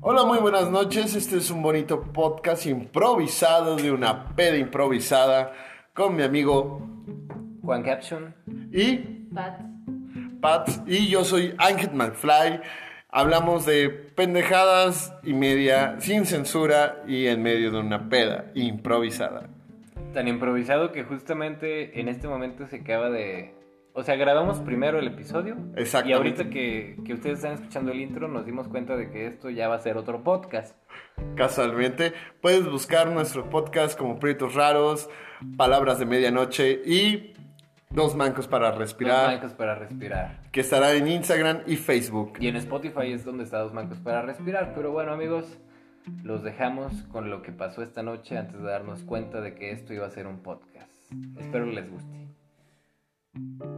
Hola, muy buenas noches. Este es un bonito podcast improvisado de una peda improvisada con mi amigo Juan Caption. y Pat. Pat. Y yo soy Ángel McFly. Hablamos de pendejadas y media, sin censura y en medio de una peda improvisada. Tan improvisado que justamente en este momento se acaba de... O sea, grabamos primero el episodio. Exactamente. Y ahorita que, que ustedes están escuchando el intro, nos dimos cuenta de que esto ya va a ser otro podcast. Casualmente, puedes buscar nuestro podcast como Proyectos Raros, Palabras de Medianoche y Dos Mancos para Dos Respirar, mancos para respirar. que estará en Instagram y Facebook. Y en Spotify es donde está Dos mancos para respirar. Pero bueno, amigos, los dejamos con lo que pasó esta noche antes de darnos cuenta de que esto iba a ser un podcast. Espero les guste.